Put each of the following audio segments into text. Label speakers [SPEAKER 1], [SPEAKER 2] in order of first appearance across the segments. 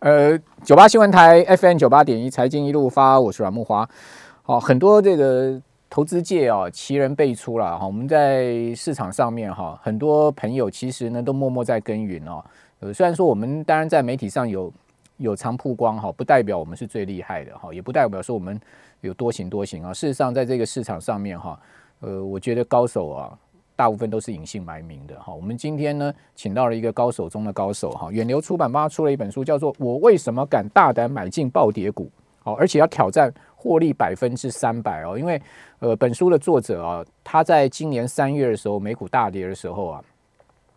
[SPEAKER 1] 呃，九八新闻台 FM 九八点一财经一路发，我是阮木华。好、很多这个投资界啊、奇人辈出了哈、我们在市场上面哈、很多朋友其实呢都默默在耕耘哦。呃，虽然说我们当然在媒体上有有常曝光哈、不代表我们是最厉害的哈、也不代表说我们有多行多行啊。事实上，在这个市场上面哈、呃，我觉得高手啊，大部分都是隐姓埋名的哈。我们今天呢，请到了一个高手中的高手哈，远流出版帮他出了一本书，叫做《我为什么敢大胆买进暴跌股》，好，而且要挑战获利百分之三百哦，因为呃，本书的作者啊，他在今年三月的时候，美股大跌的时候啊，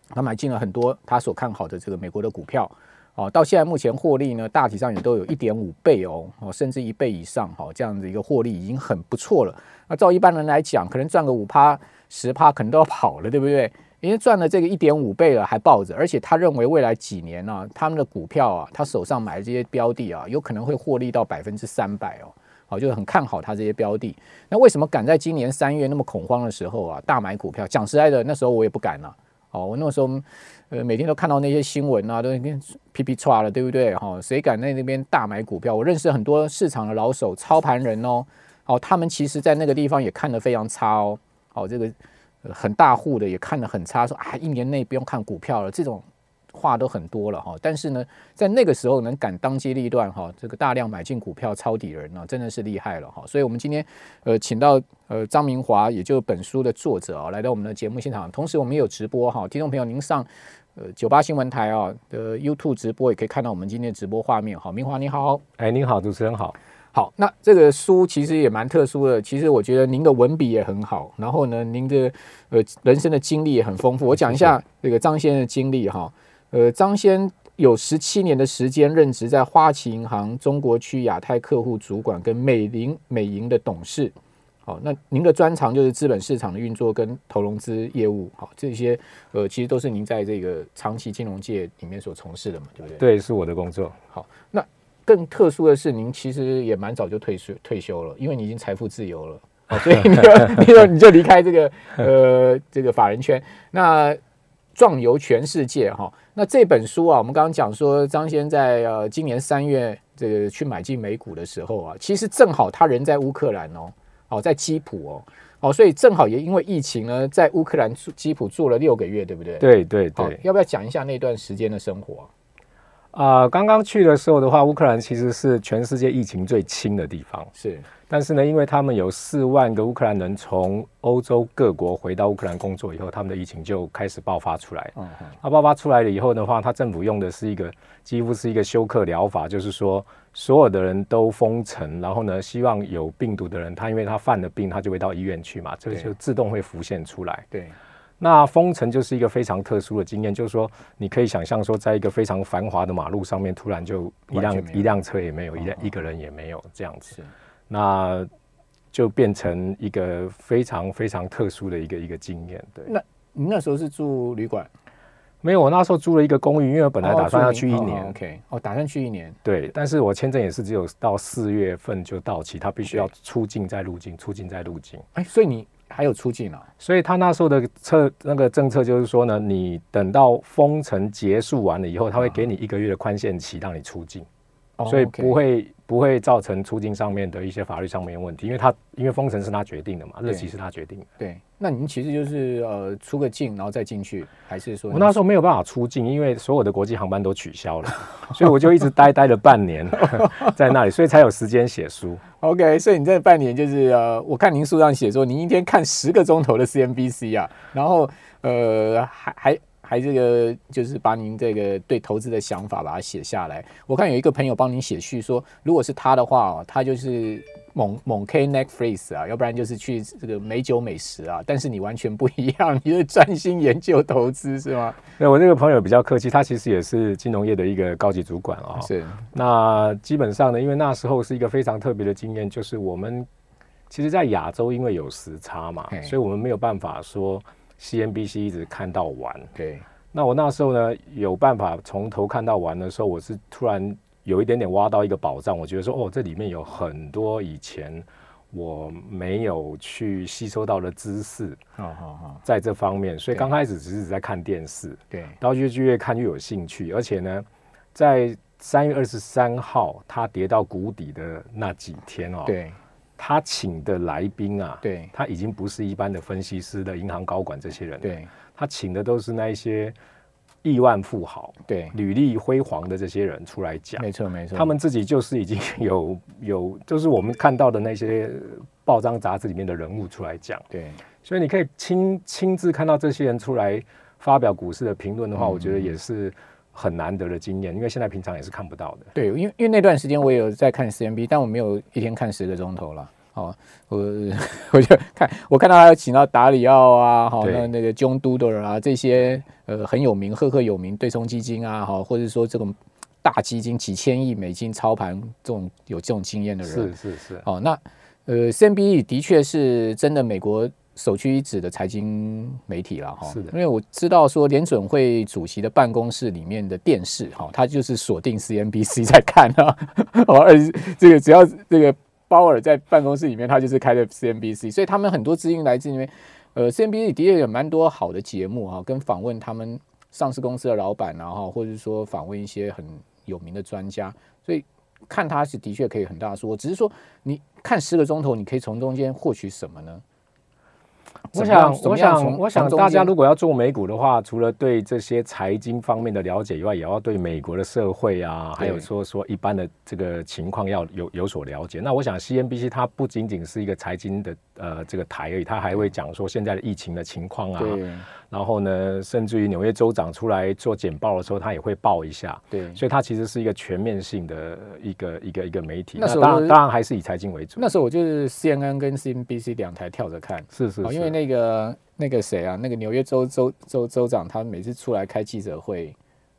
[SPEAKER 1] 他买进了很多他所看好的这个美国的股票。哦，到现在目前获利呢，大体上也都有一点五倍哦，哦，甚至一倍以上，哦，这样子一个获利已经很不错了。那照一般人来讲，可能赚个五趴、十趴，可能都要跑了，对不对？因为赚了这个一点五倍了，还抱着，而且他认为未来几年呢、他们的股票啊，他手上买的这些标的啊，有可能会获利到百分之三百哦，好、就很看好他这些标的。那为什么敢在今年三月那么恐慌的时候啊，大买股票？讲实在的，那时候我也不敢啊。哦，我那时候，呃，每天都看到那些新闻啊，都已经噼噼唰了，对不对？哈、哦，谁敢在那边大买股票？我认识很多市场的老手、操盘人哦，哦，他们其实在那个地方也看得非常差哦，哦，这个、呃很大户的也看得很差，说啊，一年内不用看股票了，这种话都很多了哈、但是呢，在那个时候能敢当机立断哈、这个大量买进股票抄底人呢、啊真的是厉害了哈、所以我们今天呃，请到呃张明华，也就是本书的作者啊、来到我们的节目现场。同时，我们也有直播哈、听众朋友您上呃九八新闻台啊、的 YouTube 直播也可以看到我们今天的直播画面哈、明华你好。
[SPEAKER 2] 哎，您好，主持人好。
[SPEAKER 1] 好，那这个书其实也蛮特殊的。其实我觉得您的文笔也很好，然后呢，您的呃人生的经历也很丰富。我讲一下这个张先生的经历哈。呃，张先有十七年的时间任职在花旗银行中国区亚太客户主管跟美林美银的董事。好、那您的专长就是资本市场的运作跟投融资业务。好、这些呃其实都是您在这个长期金融界里面所从事的嘛，对不对？
[SPEAKER 2] 对，是我的工作。
[SPEAKER 1] 那更特殊的是，您其实也蛮早就退休退休了，因为你已经财富自由 了，哦、所以你就你就你就离开这个呃这个法人圈，那壮游全世界哈、那这本书啊，我们刚刚讲说张先生在呃今年三月这个去买进美股的时候啊，其实正好他人在乌克兰哦，哦在基辅哦，哦所以正好也因为疫情呢，在乌克兰住基辅住了六个月，对不对？。
[SPEAKER 2] 对对
[SPEAKER 1] 好
[SPEAKER 2] 对，。
[SPEAKER 1] 要不要讲一下那段时间的生活啊、
[SPEAKER 2] 啊、刚刚去的时候的话，乌克兰其实是全世界疫情最轻的地方。
[SPEAKER 1] 是
[SPEAKER 2] 但是呢，因为他们有四万个乌克兰人从欧洲各国回到乌克兰工作以后，他们的疫情就开始爆发出来。
[SPEAKER 1] 嗯
[SPEAKER 2] 那爆发出来了以后的话，他政府用的是一个几乎是一个休克疗法，就是说所有的人都封城，然后呢，希望有病毒的人，他因为他犯了病，他就会到医院去嘛，这个
[SPEAKER 1] 对
[SPEAKER 2] 就自动会浮现出来。
[SPEAKER 1] 对，
[SPEAKER 2] 那封城就是一个非常特殊的经验，就是说，你可以想象说，在一个非常繁华的马路上面，突然就一
[SPEAKER 1] 完全没
[SPEAKER 2] 辆
[SPEAKER 1] 有哦
[SPEAKER 2] 一辆车也没有，一辆一个人也没有这样子
[SPEAKER 1] 是，
[SPEAKER 2] 那就变成一个非常非常特殊的一个一个经验。对，
[SPEAKER 1] 那你那时候是住旅馆？
[SPEAKER 2] 没有，我那时候租了一个公寓，因为我本来打算要去一
[SPEAKER 1] 哦
[SPEAKER 2] 年，
[SPEAKER 1] OK，哦，打算去一年，
[SPEAKER 2] 对，但是我签证也是只有到四月份就到期，他必须要出境再入境，出境再入境。
[SPEAKER 1] 哎，所以你还有出境啊？
[SPEAKER 2] 所以他那时候的策那个政策就是说呢，你等到封城结束完了以后，他会给你一个月的宽限期让你出境，
[SPEAKER 1] 哦
[SPEAKER 2] 所以
[SPEAKER 1] OK
[SPEAKER 2] 不会不会造成出境上面的一些法律上面的问题，因为他因为封城是他决定的嘛，
[SPEAKER 1] 对
[SPEAKER 2] 日期是他决定的。
[SPEAKER 1] 对。那您其实就是呃出个境，然后再进去，还是说
[SPEAKER 2] 我
[SPEAKER 1] 你
[SPEAKER 2] 那时候没有办法出境，因为所有的国际航班都取消 了，所以我就一直呆呆了半年 在那里，所以才有时间写书。
[SPEAKER 1] OK？所以你这半年就是呃，我看您书上写说您一天看十个钟头的 CNBC 啊，然后呃还还。还这个就是把您这个对投资的想法把它写下来。我看有一个朋友帮您写序说，如果是他的话哦，他就是猛猛 K Netflix 啊，要不然就是去这个美酒美食啊。但是你完全不一样，你是专心研究投资是吗？
[SPEAKER 2] 对我这个朋友比较客气，他其实也是金融业的一个高级主管哦。
[SPEAKER 1] 是
[SPEAKER 2] 那基本上呢，因为那时候是一个非常特别的经验，就是我们其实，在亚洲因为有时差嘛
[SPEAKER 1] 嘿，
[SPEAKER 2] 所以我们没有办法说 CNBC 一直看到完。
[SPEAKER 1] 对，
[SPEAKER 2] 那我那时候呢，有办法从头看到完的时候，我是突然有一点点挖到一个宝藏，我觉得说，哦，这里面有很多以前我没有去吸收到的知识
[SPEAKER 1] 好好好，
[SPEAKER 2] 在这方面，所以
[SPEAKER 1] 对
[SPEAKER 2] 刚开始只是在看电视，
[SPEAKER 1] 对
[SPEAKER 2] 然后越去越看越有兴趣，而且呢，在三月二十三号它跌到谷底的那几天哦，
[SPEAKER 1] 对
[SPEAKER 2] 他请的来宾啊，
[SPEAKER 1] 对
[SPEAKER 2] 他已经不是一般的分析师的银行高管这些人，，
[SPEAKER 1] 对
[SPEAKER 2] 他请的都是那一些亿万富豪、
[SPEAKER 1] 对，
[SPEAKER 2] 履历辉煌的这些人出来讲，
[SPEAKER 1] 没错没错，
[SPEAKER 2] 他们自己就是已经 有有，就是我们看到的那些报章杂志里面的人物出来讲，
[SPEAKER 1] 对
[SPEAKER 2] 所以你可以亲亲自看到这些人出来发表股市的评论的
[SPEAKER 1] 嗯
[SPEAKER 2] 话，我觉得也是很难得的经验，因为现在平常也是看不到的。
[SPEAKER 1] 对，因为因为那段时间我也有在看 CNB，但我没有一天看十个钟头了。哦，我 我就看，我看到他有请到达里奥啊，好、
[SPEAKER 2] 对
[SPEAKER 1] 那那个 John Doodle 啊，这些呃很有名、赫赫有名对冲基金啊，好、或者说这种大基金几千亿美金操盘这种有这种经验的人，
[SPEAKER 2] 是是是，
[SPEAKER 1] 哦，那呃，CNBE 的确是真的美国首屈一指的财经媒体了哈。
[SPEAKER 2] 是的
[SPEAKER 1] 因为我知道说联准会主席的办公室里面的电视哈、他就是锁定 CNBC 在看啊。 哦，而这个只要这个鲍尔在办公室里面，他就是开的 CNBC，所以他们很多资金来自于那边。呃，CNBC 的确有蛮多好的节目哈、啊跟访问他们上市公司的老板啊，哈，或者是说访问一些很有名的专家，所以看他是的确可以很大的收获。只是说你看十个钟头，你可以从中间获取什么呢？怎
[SPEAKER 2] 我
[SPEAKER 1] 么样
[SPEAKER 2] 想，
[SPEAKER 1] 怎
[SPEAKER 2] 我
[SPEAKER 1] 么样
[SPEAKER 2] 想，
[SPEAKER 1] 从
[SPEAKER 2] 我
[SPEAKER 1] 从
[SPEAKER 2] 想，
[SPEAKER 1] 中
[SPEAKER 2] 大家
[SPEAKER 1] 间
[SPEAKER 2] 如果要做美股的话，除了对这些财经方面的了解以外，也要对美国的社会啊，还有
[SPEAKER 1] 对
[SPEAKER 2] 说说一般的这个情况要有有所了解。那我想，CNBC 它不仅仅是一个财经的呃这个台而已，它还会讲说现在的疫情的情况啊，
[SPEAKER 1] 对
[SPEAKER 2] 然后呢，甚至于纽约州长出来做简报的时候，他也会报一下。
[SPEAKER 1] 对，
[SPEAKER 2] 所以它其实是一个全面性的一个一个一个媒体。
[SPEAKER 1] 那时候
[SPEAKER 2] 当
[SPEAKER 1] 就是
[SPEAKER 2] 然当然还是以财经为主。
[SPEAKER 1] 那时候我就是 CNN 跟 CNBC 两台跳着看。
[SPEAKER 2] 是是
[SPEAKER 1] 哦，
[SPEAKER 2] 是，
[SPEAKER 1] 因为那个那个谁啊，那个纽约州州州州长，他每次出来开记者会，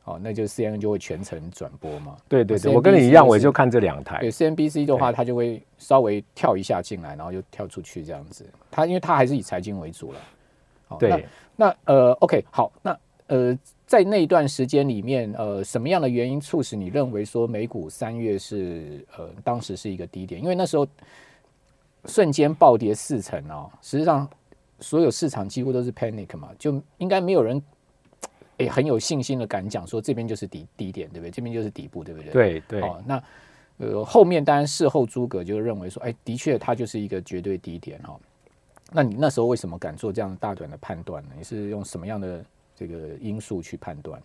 [SPEAKER 1] 哦，那就 CNN 就会全程转播嘛。
[SPEAKER 2] 对对对，
[SPEAKER 1] CNBC
[SPEAKER 2] 我跟你一样，
[SPEAKER 1] 是
[SPEAKER 2] 我就看这两台
[SPEAKER 1] 对。CNBC 的话，他就会稍微跳一下进来，然后就跳出去这样子。他因为他还是以财经为主了。哦
[SPEAKER 2] 对。
[SPEAKER 1] 那那呃，OK，好，那呃，在那一段时间里面，呃，什么样的原因促使你认为说美股三月是呃当时是一个低点？因为那时候瞬间暴跌四成哦，实际上所有市场几乎都是 panic 嘛，就应该没有人。诶很有信心的敢讲说这边就是底低点，对不对？这边就是底部，对不对？
[SPEAKER 2] 对对，
[SPEAKER 1] 哦，那呃后面当然事后诸葛就认为说，哎，的确它就是一个绝对低点哈、哦。那你那时候为什么敢做这样大胆的判断呢？你是用什么样的这个因素去判断？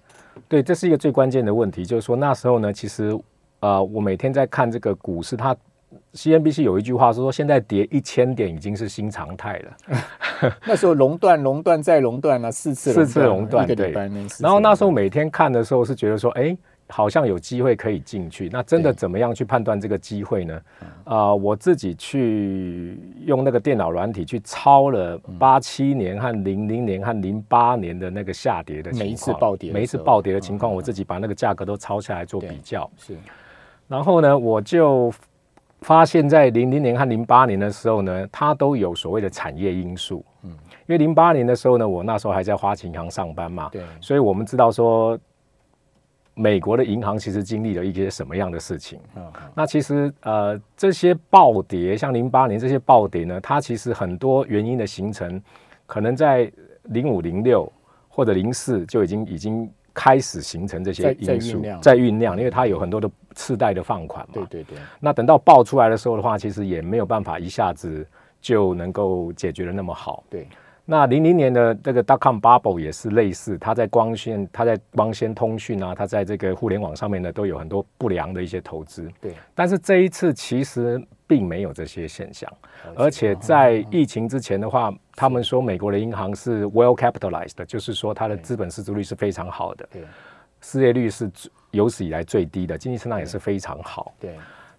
[SPEAKER 2] 对，这是一个最关键的问题，就是说那时候呢，其实呃，我每天在看这个股市，它呃 CNBC 有一句话是说，现在跌一千点已经是新常态了。
[SPEAKER 1] 那时候熔断、熔断再熔断了、四次、
[SPEAKER 2] 四次熔断
[SPEAKER 1] 一个
[SPEAKER 2] 对
[SPEAKER 1] 礼拜内四次熔断。
[SPEAKER 2] 然后那时候每天看的时候是觉得说，哎，好像有机会可以进去。那真的
[SPEAKER 1] 对嗯
[SPEAKER 2] 怎么样去判断这个机会呢？啊、我自己去用那个电脑软体去抄了
[SPEAKER 1] 嗯
[SPEAKER 2] 八七年和零零年和零八年的那个下跌的情况，
[SPEAKER 1] 每一次暴跌的
[SPEAKER 2] 每一次
[SPEAKER 1] 时候嗯
[SPEAKER 2] 暴跌的情况，我自己把那个价格都抄下来做
[SPEAKER 1] 对
[SPEAKER 2] 比较。
[SPEAKER 1] 是
[SPEAKER 2] 然后呢，我就发现，在零零年和零八年的时候呢，它都有所谓的产业因素。嗯，因为零八年的时候呢，我那时候还在花旗银行上班嘛，
[SPEAKER 1] 对
[SPEAKER 2] 所以我们知道说，美国的银行其实经历了一些什么样的事情。
[SPEAKER 1] 嗯嗯
[SPEAKER 2] 那其实呃，这些暴跌，像零八年这些暴跌呢，它其实很多原因的形成，可能在零五、零六或者零四就已经已经开始形成这些
[SPEAKER 1] 在在
[SPEAKER 2] 因素
[SPEAKER 1] 酝酿，
[SPEAKER 2] 在酝酿，因为它有很多的次贷的放款嘛。
[SPEAKER 1] 对对对
[SPEAKER 2] 那等到爆出来的时候的话，其实也没有办法一下子就能够解决的那么好。
[SPEAKER 1] 对
[SPEAKER 2] 那零零年的这个 dotcom bubble 也是类似，它在光纤、它在光纤通讯啊，它在这个互联网上面呢，都有很多不良的一些投资。
[SPEAKER 1] 对，
[SPEAKER 2] 但是这一次其实并没有这些现象，而
[SPEAKER 1] 了
[SPEAKER 2] 且
[SPEAKER 1] 解嗯
[SPEAKER 2] 在疫情之前的话，他们说美国的银行是 well capitalized 的，就是说它的资本市足率是非常好的，
[SPEAKER 1] 对
[SPEAKER 2] 失业率是最有史以来最低的，经济成长也是非常好。
[SPEAKER 1] 对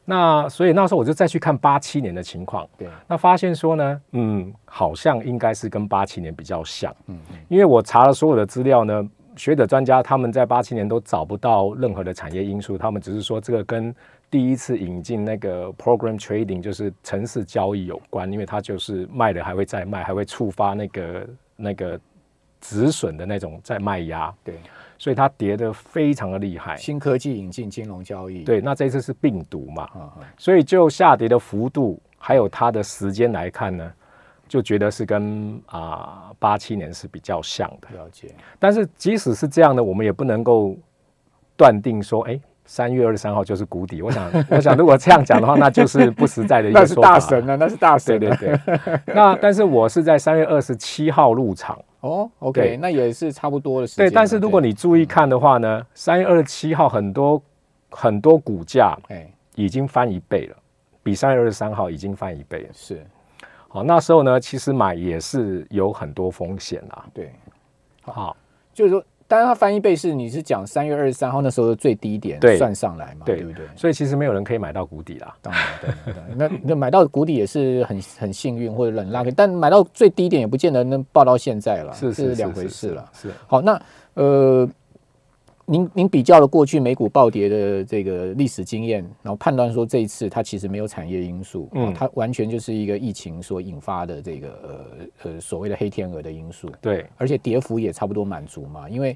[SPEAKER 2] 那所以那时候我就再去看八七年的情况，
[SPEAKER 1] 对
[SPEAKER 2] 那发现说呢，嗯，好像应该是跟八七年比较像，
[SPEAKER 1] 嗯嗯
[SPEAKER 2] 因为我查了所有的资料呢，学者专家他们在八七年都找不到任何的产业因素，他们只是说这个跟第一次引进那个 program trading 就是城市交易有关，因为它就是卖了还会再卖，还会触发那个那个止损的那种再卖压，
[SPEAKER 1] 对，
[SPEAKER 2] 所以它跌得非常的厉害。
[SPEAKER 1] 新科技引进金融交易，
[SPEAKER 2] 哎对，那这一次是病毒嘛，
[SPEAKER 1] 嗯，嗯
[SPEAKER 2] 所以就下跌的幅度还有它的时间来看呢，就觉得是跟啊八七年是比较像的。
[SPEAKER 1] 了解，
[SPEAKER 2] 但是即使是这样呢，我们也不能够断定说，哎，三月二十三号就是谷底。我想， 我想如果这样讲的话，那就是不实在的 一
[SPEAKER 1] 那
[SPEAKER 2] 个
[SPEAKER 1] 是
[SPEAKER 2] 说法。
[SPEAKER 1] 大神啊，那是大
[SPEAKER 2] 对
[SPEAKER 1] 神
[SPEAKER 2] 对
[SPEAKER 1] 啊。
[SPEAKER 2] 对。那但是我是在三月二十七号入场。
[SPEAKER 1] 哦，OK，
[SPEAKER 2] 对
[SPEAKER 1] 那也是差不多的时间
[SPEAKER 2] 对，
[SPEAKER 1] 了。
[SPEAKER 2] 但是如果
[SPEAKER 1] 对
[SPEAKER 2] 你注意看的话呢，三月二十七号很多很多股价
[SPEAKER 1] 哎
[SPEAKER 2] 已经翻一倍了，比三月二十三号已经翻一倍了。
[SPEAKER 1] 是
[SPEAKER 2] 好，那时候呢，其实买也是有很多风险啦。
[SPEAKER 1] 对，哦
[SPEAKER 2] 好，
[SPEAKER 1] 就是说，当然它翻一倍是你是讲三月二十三号那时候的最低点
[SPEAKER 2] 对
[SPEAKER 1] 算上来嘛，
[SPEAKER 2] 对
[SPEAKER 1] 啊对不对？
[SPEAKER 2] 所以其实没有人可以买到谷底啦。
[SPEAKER 1] 当然，当然，当然那 那买到谷底也是很很幸运或者很 lucky，但买到最低点也不见得能报到现在了，这
[SPEAKER 2] 是是
[SPEAKER 1] 啊两
[SPEAKER 2] 是
[SPEAKER 1] 回
[SPEAKER 2] 是
[SPEAKER 1] 事了。
[SPEAKER 2] 是，
[SPEAKER 1] 好，那呃，您您比较了过去美股暴跌的这个历史经验，然后判断说这一次它其实没有产业因素，
[SPEAKER 2] 嗯
[SPEAKER 1] 哦它完全就是一个疫情所引发的这个呃呃所谓的黑天鹅的因素，
[SPEAKER 2] 对
[SPEAKER 1] 而且跌幅也差不多满足嘛，因为。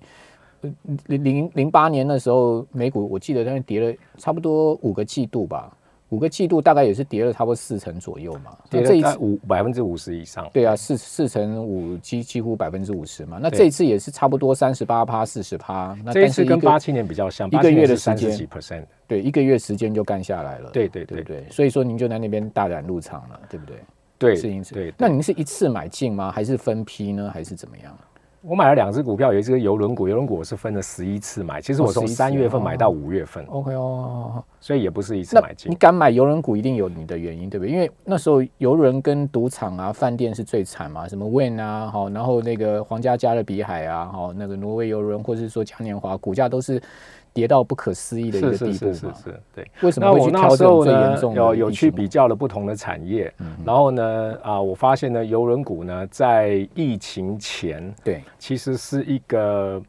[SPEAKER 1] 呃零零零八年的时候，美股我记得它跌了差不多五个季度吧，五个季度大概也是跌了差不多四成左右嘛。
[SPEAKER 2] 跌
[SPEAKER 1] 那这
[SPEAKER 2] 了
[SPEAKER 1] 一
[SPEAKER 2] 在
[SPEAKER 1] 次
[SPEAKER 2] 五百分之五十以上。
[SPEAKER 1] 对啊，四四乘五几几乎百分之五十嘛。那
[SPEAKER 2] 对
[SPEAKER 1] 这一次也是差不多三十八趴、四十趴。那
[SPEAKER 2] 这一
[SPEAKER 1] 但是
[SPEAKER 2] 次
[SPEAKER 1] 一个
[SPEAKER 2] 跟八七年比较像，
[SPEAKER 1] 一个
[SPEAKER 2] 87年
[SPEAKER 1] 月的
[SPEAKER 2] 是三
[SPEAKER 1] 时
[SPEAKER 2] 十
[SPEAKER 1] 间
[SPEAKER 2] 几 percent。
[SPEAKER 1] 对一个月时间就干下来了。
[SPEAKER 2] 对对
[SPEAKER 1] 对
[SPEAKER 2] 对
[SPEAKER 1] 不对？所以说您就在那边大胆入场了，对不对？
[SPEAKER 2] 对
[SPEAKER 1] 是因此。
[SPEAKER 2] 对，
[SPEAKER 1] 那您是一次买进吗？还是分批呢？还是怎么样？
[SPEAKER 2] 我买了两只股票，有一只游轮股，游轮股我是分了十一次买，其实
[SPEAKER 1] 哦
[SPEAKER 2] 我从
[SPEAKER 1] 11次
[SPEAKER 2] 三月份买到
[SPEAKER 1] 哦
[SPEAKER 2] 五月份，
[SPEAKER 1] OK 哦，
[SPEAKER 2] 所以也不是一次
[SPEAKER 1] 那
[SPEAKER 2] 买进
[SPEAKER 1] 你。敢买游轮股，一定有你的原因，对不对？因为那时候游轮跟赌场啊、饭店是最惨嘛，什么 Win 啊，好，然后那个皇家加勒比海啊，好，那个挪威游轮，或是说嘉年华，股价都是跌到不可思议的一个
[SPEAKER 2] 是
[SPEAKER 1] 地步
[SPEAKER 2] 是
[SPEAKER 1] 嘛。
[SPEAKER 2] 是是是，对。
[SPEAKER 1] 为什
[SPEAKER 2] 那
[SPEAKER 1] 么会
[SPEAKER 2] 我
[SPEAKER 1] 去
[SPEAKER 2] 那
[SPEAKER 1] 挑
[SPEAKER 2] 时
[SPEAKER 1] 这
[SPEAKER 2] 候
[SPEAKER 1] 最严
[SPEAKER 2] 呢，
[SPEAKER 1] 重的
[SPEAKER 2] 有有去
[SPEAKER 1] 疫情嗯
[SPEAKER 2] 比较了不同的产业，然后呢，啊，我发现呢，游轮股呢，在疫情前
[SPEAKER 1] 对
[SPEAKER 2] 其实是一个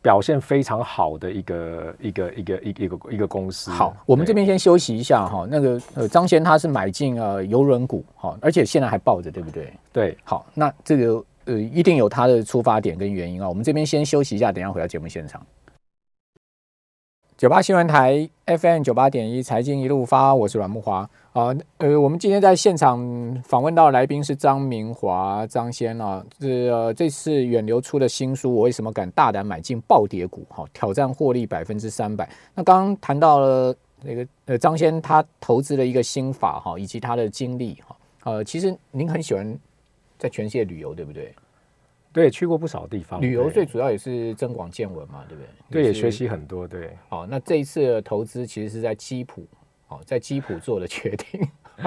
[SPEAKER 2] 表现非常好的一个一个一个一个一个一个公司。
[SPEAKER 1] 好，我们
[SPEAKER 2] 嗯对
[SPEAKER 1] 这边先休息一下哈。那个呃，张贤他是买进呃游轮股，好，而且现在还抱着，对不对？
[SPEAKER 2] 对
[SPEAKER 1] 好，那这个呃一定有他的出发点跟原因啊。我们这边先休息一下，等一下回到节目现场。九八新闻台 FM 九八点一财经一路发，我是阮木华。啊，呃，我们今天在现场访问到的来宾是张明华、张先啊，这、呃、这次远流出的新书《我为什么敢大胆买进暴跌股》哈、挑战获利百分之三百。那刚刚谈到了那个呃张先他投资的一个心法哈、以及他的经历哈、呃，其实您很喜欢在全世界旅游，对不对？
[SPEAKER 2] 对，去过不少地方。
[SPEAKER 1] 旅游
[SPEAKER 2] 哦对
[SPEAKER 1] 最主要也是增广见闻嘛，对不对？
[SPEAKER 2] 对
[SPEAKER 1] 也
[SPEAKER 2] 也
[SPEAKER 1] 是
[SPEAKER 2] 学。习很多，对
[SPEAKER 1] 好，那这一次的投资其实是在基普，好、在基普做的决定。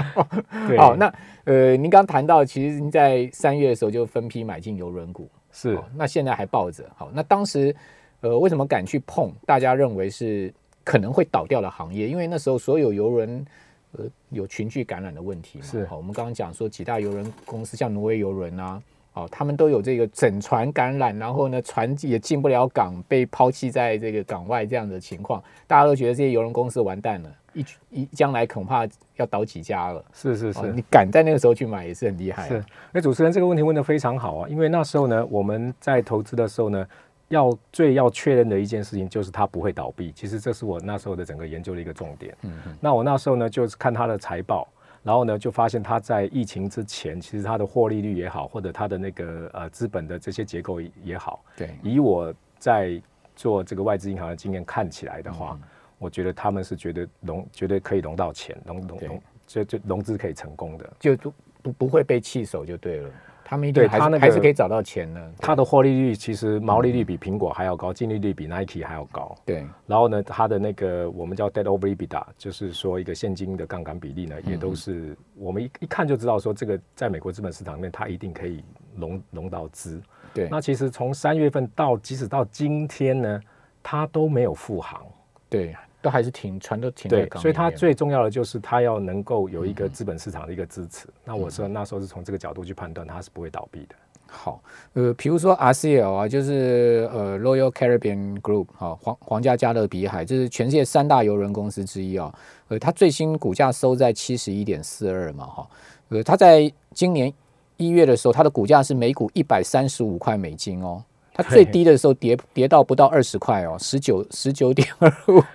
[SPEAKER 2] 对。
[SPEAKER 1] 好，那呃，您刚谈到，其实您在三月的时候就分批买进游轮股，
[SPEAKER 2] 是
[SPEAKER 1] 哦那现在还抱着。好，那当时呃，为什么敢去碰？大家认为是可能会倒掉的行业，因为那时候所有游轮。呃，有群聚感染的问题嘛？
[SPEAKER 2] 是
[SPEAKER 1] 好，我们刚刚讲说几大游轮公司，像挪威游轮啊，哦，他们都有这个整船感染，然后呢，船也进不了港，被抛弃在这个港外这样的情况，大家都觉得这些游轮公司完蛋了，一一将来恐怕要倒几家了。
[SPEAKER 2] 是是是
[SPEAKER 1] 哦，你敢在那个时候去买也是很厉害、啊
[SPEAKER 2] 是，那主持人这个问题问得非常好啊，因为那时候呢，我们在投资的时候呢，要最要确认的一件事情就是它不会倒闭。其实这是我那时候的整个研究的一个重点。嗯，那我那时候呢，就是看它的财报。然后呢，就发现它在疫情之前，其实它的获利率也好，或者它的那个呃资本的这些结构也好，
[SPEAKER 1] 对，
[SPEAKER 2] 以我在做这个外资银行的经验看起来的话，我觉得他们是觉得融，绝对可以融到钱，融融
[SPEAKER 1] 对
[SPEAKER 2] 融，就就融资可以成功的。
[SPEAKER 1] 就都不不会被弃守就对了。他们一定
[SPEAKER 2] 对
[SPEAKER 1] 还是、
[SPEAKER 2] 他那个
[SPEAKER 1] 还是可以找到钱的。
[SPEAKER 2] 它的获利率其实毛利率比苹果还要高，净利率比 Nike 还要高。
[SPEAKER 1] 对
[SPEAKER 2] 然后呢，它的那个我们叫 debt over EBITDA，就是说一个现金的杠杆比例呢，也都是我们一一看就知道说，这个在美国资本市场里面，它一定可以融融到资。
[SPEAKER 1] 对
[SPEAKER 2] 那其实从三月份到即使到今天呢，它都没有复航。
[SPEAKER 1] 对，都还是停船都停在
[SPEAKER 2] 对
[SPEAKER 1] 港，里面。
[SPEAKER 2] 所以它最重要的就是它要能够有一个资本市场的一个支持。那我说那时候是从这个角度去判断，它是不会倒闭的。
[SPEAKER 1] 好，呃，比如说 RCL 啊，就是呃 Royal Caribbean Group 哈、皇皇家加勒比海，这是全世界三大游轮公司之一啊、呃，它最新股价收在七十一点四二嘛哈、呃，它在今年一月的时候，它的股价是每股一百三十五块美金哦。它最低的时候跌跌到不到二十块哦，十九十九点二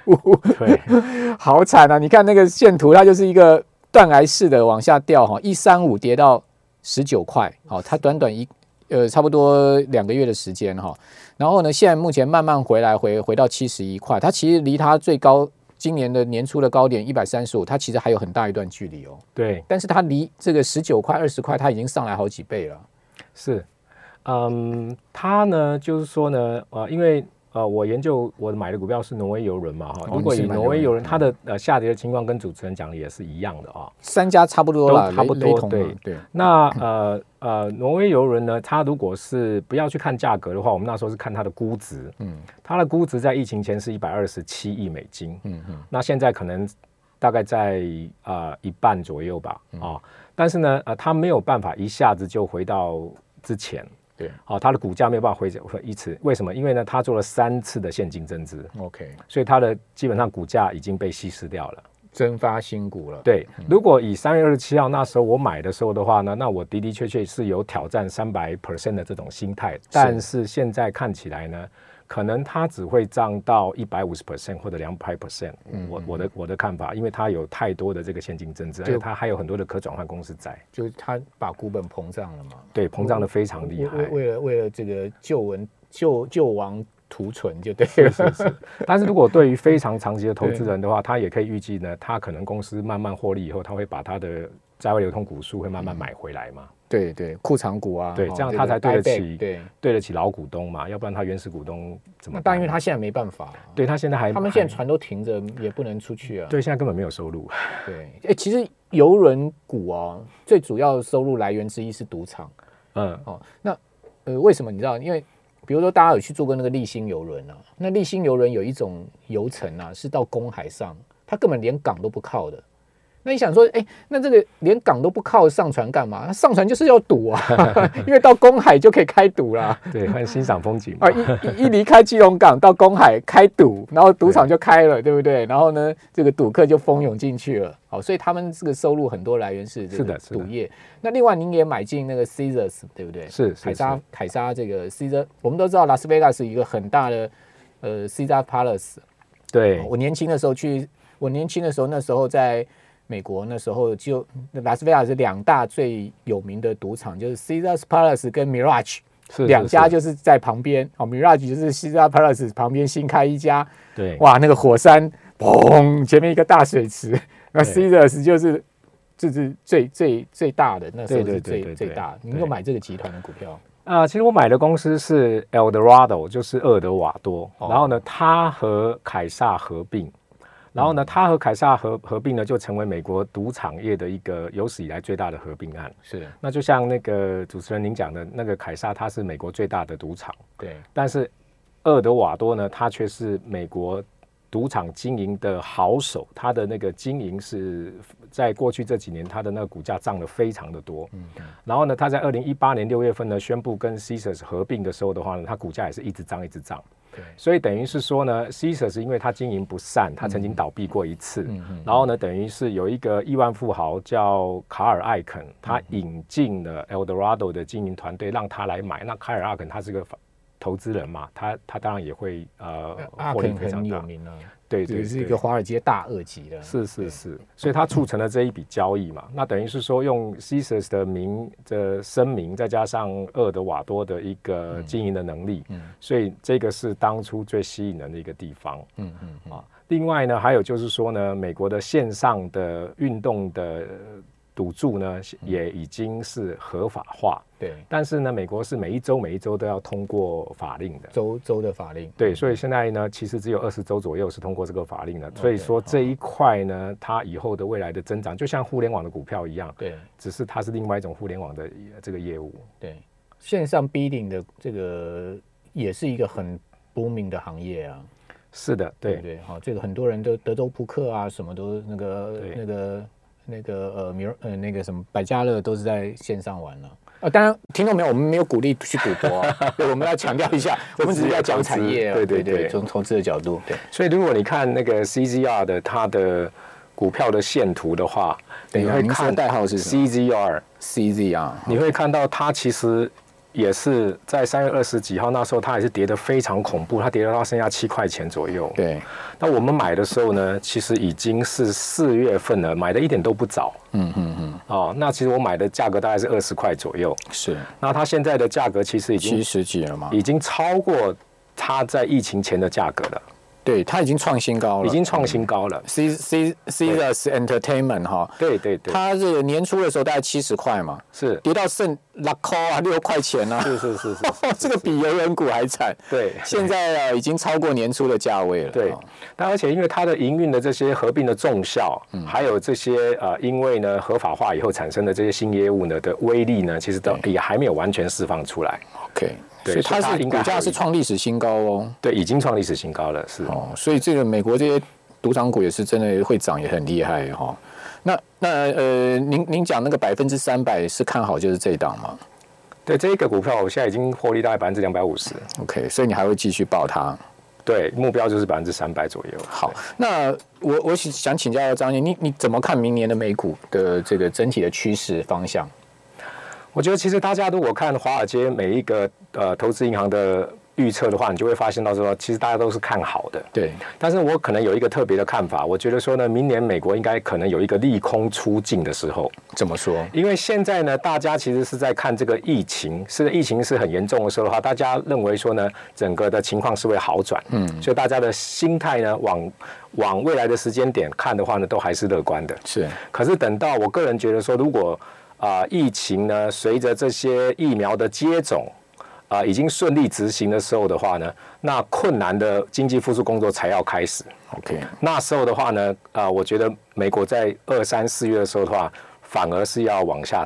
[SPEAKER 1] 五，
[SPEAKER 2] 对，
[SPEAKER 1] 好惨啊！你看那个线图，它就是一个哦断崖式的往下掉哈，一三五跌到十九块，好，它短短一呃差不多两个月的时间哈。然后呢，现在目前慢慢回来回回到七十一块，它其实离它最高今年的年初的高点一百三十五，它其实还有很大一段距离哦。
[SPEAKER 2] 对，
[SPEAKER 1] 但是它离这个十九块、二十块，它已经上来好几倍了。
[SPEAKER 2] 是，嗯，它呢，就是说呢，呃，因为呃，我研究我买的股票是挪威邮轮嘛，哈、
[SPEAKER 1] 哦
[SPEAKER 2] 如果
[SPEAKER 1] 你是
[SPEAKER 2] 以
[SPEAKER 1] 买
[SPEAKER 2] 挪威
[SPEAKER 1] 邮
[SPEAKER 2] 邮
[SPEAKER 1] 轮
[SPEAKER 2] 轮，它的呃下跌的情况跟主持人讲的也是一样的啊、
[SPEAKER 1] 三家差不多
[SPEAKER 2] 都
[SPEAKER 1] 啦，
[SPEAKER 2] 差不
[SPEAKER 1] 雷雷
[SPEAKER 2] 多
[SPEAKER 1] 同
[SPEAKER 2] 对
[SPEAKER 1] 嘛对，
[SPEAKER 2] 那呃呃，挪威邮轮呢，它如果是不要去看价格的话，我们那时候是看它的估值，
[SPEAKER 1] 嗯
[SPEAKER 2] 它的估值在疫情前是一百二十七亿美金，
[SPEAKER 1] 嗯嗯，
[SPEAKER 2] 那现在可能大概在呃一半左右吧，啊、但是呢，呃，它没有办法一下子就回到之前，
[SPEAKER 1] 对
[SPEAKER 2] 好、它的股价没有办法回回一次，为什么？因为呢，它做了三次的现金增资，
[SPEAKER 1] ，OK，
[SPEAKER 2] 所以它的基本上股价已经被稀释掉了。
[SPEAKER 1] 蒸发新股了。
[SPEAKER 2] 对，如果以三月二十七号那时候我买的时候的话呢，那我的的确确是有挑战三百 percent 的这种心态，但是现在看起来呢，可能它只会涨到一百五十 percent 或者两百 percent。我我的我的看法，因为它有太多的这个现金增资，而且它还有很多的可转换公司债，
[SPEAKER 1] 就是它把股本膨胀了嘛，
[SPEAKER 2] 对，膨胀的非常厉
[SPEAKER 1] 为为
[SPEAKER 2] 害。
[SPEAKER 1] 为了为了这个救亡救救亡图存就对
[SPEAKER 2] 是
[SPEAKER 1] 了。
[SPEAKER 2] 是 是，但是如果对于非常长期的投资人的话，他也可以预计呢，他可能公司慢慢获利以后，他会把他的在外流通股数会慢慢买回来嘛。
[SPEAKER 1] 对对，库藏股啊，
[SPEAKER 2] 对
[SPEAKER 1] 哦
[SPEAKER 2] 这样
[SPEAKER 1] 个
[SPEAKER 2] 它才对得
[SPEAKER 1] buyback，
[SPEAKER 2] 起
[SPEAKER 1] 对，
[SPEAKER 2] 对得起老股东嘛，要不然他原始股东怎么
[SPEAKER 1] 那
[SPEAKER 2] 办？
[SPEAKER 1] 但因为它现在没办法，
[SPEAKER 2] 对他现在还
[SPEAKER 1] 他们现在
[SPEAKER 2] 还
[SPEAKER 1] 船都停着，也不能出去啊。
[SPEAKER 2] 对现在根本没有收入，
[SPEAKER 1] 对，哎，其实游轮股哦，最主要的收入来源之一是赌场
[SPEAKER 2] 嗯，
[SPEAKER 1] 哦。那呃，为什么你知道？因为比如说大家有去坐过那个立新游轮啊，那立新游轮有一种游程啊，是到公海上，它根本连港都不靠的。那你想说，哎，那这个连港都不靠上船干嘛？它上船就是要赌啊， 因为到公海就可以开赌啦。
[SPEAKER 2] 对，很欣赏风景嘛
[SPEAKER 1] 啊，，一一一离开基隆港到公海开赌，然后赌场就开了，对不对？然后呢，这个赌客就蜂拥进去了。好，所以他们这个收入很多来源是这
[SPEAKER 2] 是
[SPEAKER 1] 个
[SPEAKER 2] 的是的
[SPEAKER 1] 赌业。那另外您也买进那个 Caesars，对 不对？
[SPEAKER 2] 是
[SPEAKER 1] 凯
[SPEAKER 2] 是
[SPEAKER 1] 撒
[SPEAKER 2] 是，
[SPEAKER 1] 凯撒这个 Caesar，我们都知道拉斯维加斯一个很大的呃 Caesar Palace。
[SPEAKER 2] 对
[SPEAKER 1] 我年轻的时候去，我年轻的时候那时候在美国，那时候就拉斯维加斯两大最有名的赌场就是 Caesars Palace 跟 Mirage。
[SPEAKER 2] 是
[SPEAKER 1] 两家
[SPEAKER 2] 就
[SPEAKER 1] 就是在旁边，哦，Mirage 就是 Caesar Palace 旁边新开一家，
[SPEAKER 2] 对
[SPEAKER 1] 哇，那个火山砰，前面一个大水池，那
[SPEAKER 2] 对
[SPEAKER 1] Caesars 就是就是最最最大的，那时候
[SPEAKER 2] 对
[SPEAKER 1] 是最
[SPEAKER 2] 对对对
[SPEAKER 1] 最
[SPEAKER 2] 对
[SPEAKER 1] 大的。你
[SPEAKER 2] 对
[SPEAKER 1] 有买这个集团的股票？
[SPEAKER 2] 啊，其实我买的公司是 Eldorado，就是厄德瓦多，
[SPEAKER 1] 哦
[SPEAKER 2] 然后呢，它和凯撒合并。然
[SPEAKER 1] 嗯
[SPEAKER 2] 后呢，它和凯撒合合并呢，就成为美国赌场业的一个有史以来最大的合并案。
[SPEAKER 1] 是
[SPEAKER 2] 那就像那个主持人您讲的，那个凯撒它是美国最大的赌场，
[SPEAKER 1] 对，
[SPEAKER 2] 但是厄德瓦多呢，他却是美国赌场经营的好手，他的那个经营是在过去这几年，他的那个股价涨得非常的多。
[SPEAKER 1] 嗯，
[SPEAKER 2] 然后呢，他在二零一八年六月份呢，宣布跟 Caesars 合并的时候的话呢，他股价也是一直涨，一直涨。
[SPEAKER 1] 对，
[SPEAKER 2] 所以等于是说呢，Caesars 因为它经营不善，它曾经倒闭过一次。
[SPEAKER 1] 嗯嗯
[SPEAKER 2] 然后呢，等于是有一个亿万富豪叫卡尔艾肯，他
[SPEAKER 1] 嗯
[SPEAKER 2] 引进了 Eldorado 的经营团队，让他来买。那卡尔艾肯他是个投资人嘛，他他当然也会呃
[SPEAKER 1] 阿
[SPEAKER 2] 获利
[SPEAKER 1] 肯
[SPEAKER 2] 非
[SPEAKER 1] 很
[SPEAKER 2] 常
[SPEAKER 1] 有
[SPEAKER 2] 大。
[SPEAKER 1] 名啊，
[SPEAKER 2] 对对
[SPEAKER 1] 也
[SPEAKER 2] 对，
[SPEAKER 1] 是一个华尔街大二级的，
[SPEAKER 2] 是是是，所以它促成了这一笔交易嘛。那等于是说，用 Caesars 的名的声明，再加上厄德瓦多的一个经营的能力，
[SPEAKER 1] 嗯
[SPEAKER 2] 所以这个是当初最吸引人的一个地方
[SPEAKER 1] 嗯嗯嗯，
[SPEAKER 2] 啊。另外呢，还有就是说呢，美国的线上的运动的赌注呢，
[SPEAKER 1] 嗯
[SPEAKER 2] 也已经是合法化，
[SPEAKER 1] 对，
[SPEAKER 2] 但是呢，美国是每一周每一周都要通过法令的。
[SPEAKER 1] 州州的法令，
[SPEAKER 2] 对，所以现在呢，其实只有二十周左右是通过这个法令的，所以
[SPEAKER 1] OK，
[SPEAKER 2] 说这一块呢，它以后的未来的增长，就像互联网的股票一样，
[SPEAKER 1] 对
[SPEAKER 2] 只是它是另外一种互联网的呃这个业务。
[SPEAKER 1] 对，线上 bidding 的这个也是一个很 booming 的行业啊。
[SPEAKER 2] 是的，
[SPEAKER 1] 对
[SPEAKER 2] 对
[SPEAKER 1] 嗯不对？好、这个很多人都德州扑克啊，什么都那个
[SPEAKER 2] 对
[SPEAKER 1] 那个那个呃，米尔呃那个什么百家乐都是在线上玩了、啊。当然，听众朋友，我们没有鼓励去赌博、 啊，对，我们要强调一下，我们只是要讲产业、啊，
[SPEAKER 2] 对对
[SPEAKER 1] 对
[SPEAKER 2] 对
[SPEAKER 1] 从投资的角度，对
[SPEAKER 2] 所以如果你看那个 CZR 的它的股票的线图的话，
[SPEAKER 1] 等一
[SPEAKER 2] 你
[SPEAKER 1] 下
[SPEAKER 2] 会
[SPEAKER 1] 啊您说
[SPEAKER 2] 看
[SPEAKER 1] 代号是什
[SPEAKER 2] CZR，
[SPEAKER 1] CZ 啊，
[SPEAKER 2] 你会看到它其实也是在三月二十几号那时候，它也是跌得非常恐怖，它跌到剩下七块钱左右。
[SPEAKER 1] 对，
[SPEAKER 2] 那我们买的时候呢，其实已经是四月份了，买的一点都不早
[SPEAKER 1] 嗯嗯嗯，
[SPEAKER 2] 哦。那其实我买的价格大概是二十块左右，
[SPEAKER 1] 是
[SPEAKER 2] 那它现在的价格其实已
[SPEAKER 1] 七
[SPEAKER 2] 经
[SPEAKER 1] 十几了嘛？
[SPEAKER 2] 已经超过它在疫情前的价格了，
[SPEAKER 1] 对，它已经创新高了，
[SPEAKER 2] 已经创新高了。
[SPEAKER 1] C C C S Entertainment 哈，
[SPEAKER 2] 对对对，
[SPEAKER 1] 它是年初的时候大概七十块嘛，
[SPEAKER 2] 是
[SPEAKER 1] 跌到剩六块啊，六块钱 啊，
[SPEAKER 2] 是是是是，
[SPEAKER 1] 哦，这个比游轮股还惨。
[SPEAKER 2] 对。
[SPEAKER 1] 现在啊，已经超过年初的价位了。
[SPEAKER 2] 对
[SPEAKER 1] 哦，
[SPEAKER 2] 那而且因为它的营运的这些合并的重效，
[SPEAKER 1] 嗯
[SPEAKER 2] 还有这些呃，因为呢合法化以后产生的这些新业务呢的威力呢，其实都也还没有完全释放出来。
[SPEAKER 1] ，OK，
[SPEAKER 2] 对
[SPEAKER 1] 所以它
[SPEAKER 2] 所以它
[SPEAKER 1] 是
[SPEAKER 2] 应
[SPEAKER 1] 股
[SPEAKER 2] 该还
[SPEAKER 1] 价
[SPEAKER 2] 有
[SPEAKER 1] 是
[SPEAKER 2] 一
[SPEAKER 1] 创历史新高哦。
[SPEAKER 2] 对，已经创历史新高了，是。
[SPEAKER 1] 哦，所以这个美国这些赌场股也是真的会涨，也很厉害哈、哦。那那呃，您您讲那个百分之三百是看好就是这一档嘛
[SPEAKER 2] 对这个股票，我现在已经获利大概百分之两百五十，
[SPEAKER 1] ？OK，所以你还会继续报它？
[SPEAKER 2] 对，目标就是百分之三百左右。
[SPEAKER 1] 好，那我我想想请教张燕，你你怎么看明年的美股的这个整体的趋势方向？
[SPEAKER 2] 我觉得其实大家如果看华尔街每一个呃投资银行的预测的话，你就会发现到说，其实大家都是看好的。
[SPEAKER 1] 对，
[SPEAKER 2] 但是我可能有一个特别的看法，我觉得说呢，明年美国应该可能有一个利空出尽的时候，
[SPEAKER 1] 怎么说？
[SPEAKER 2] 因为现在呢，大家其实是在看这个疫情，是疫情是很严重的时候的话，大家认为说呢，整个的情况是会好转，嗯，所以大家的心态呢，往往未来的时间点看的话呢，都还是乐观的。
[SPEAKER 1] 是
[SPEAKER 2] 可是等到我个人觉得说，如果啊、疫情呢，随着这些疫苗的接种啊、已经顺利执行的时候的话呢，那困难的经济复苏工作才要开始。
[SPEAKER 1] OK，
[SPEAKER 2] 那时呃候的话呢，啊、我觉得美国在二三四月的时候的话，反而是要往下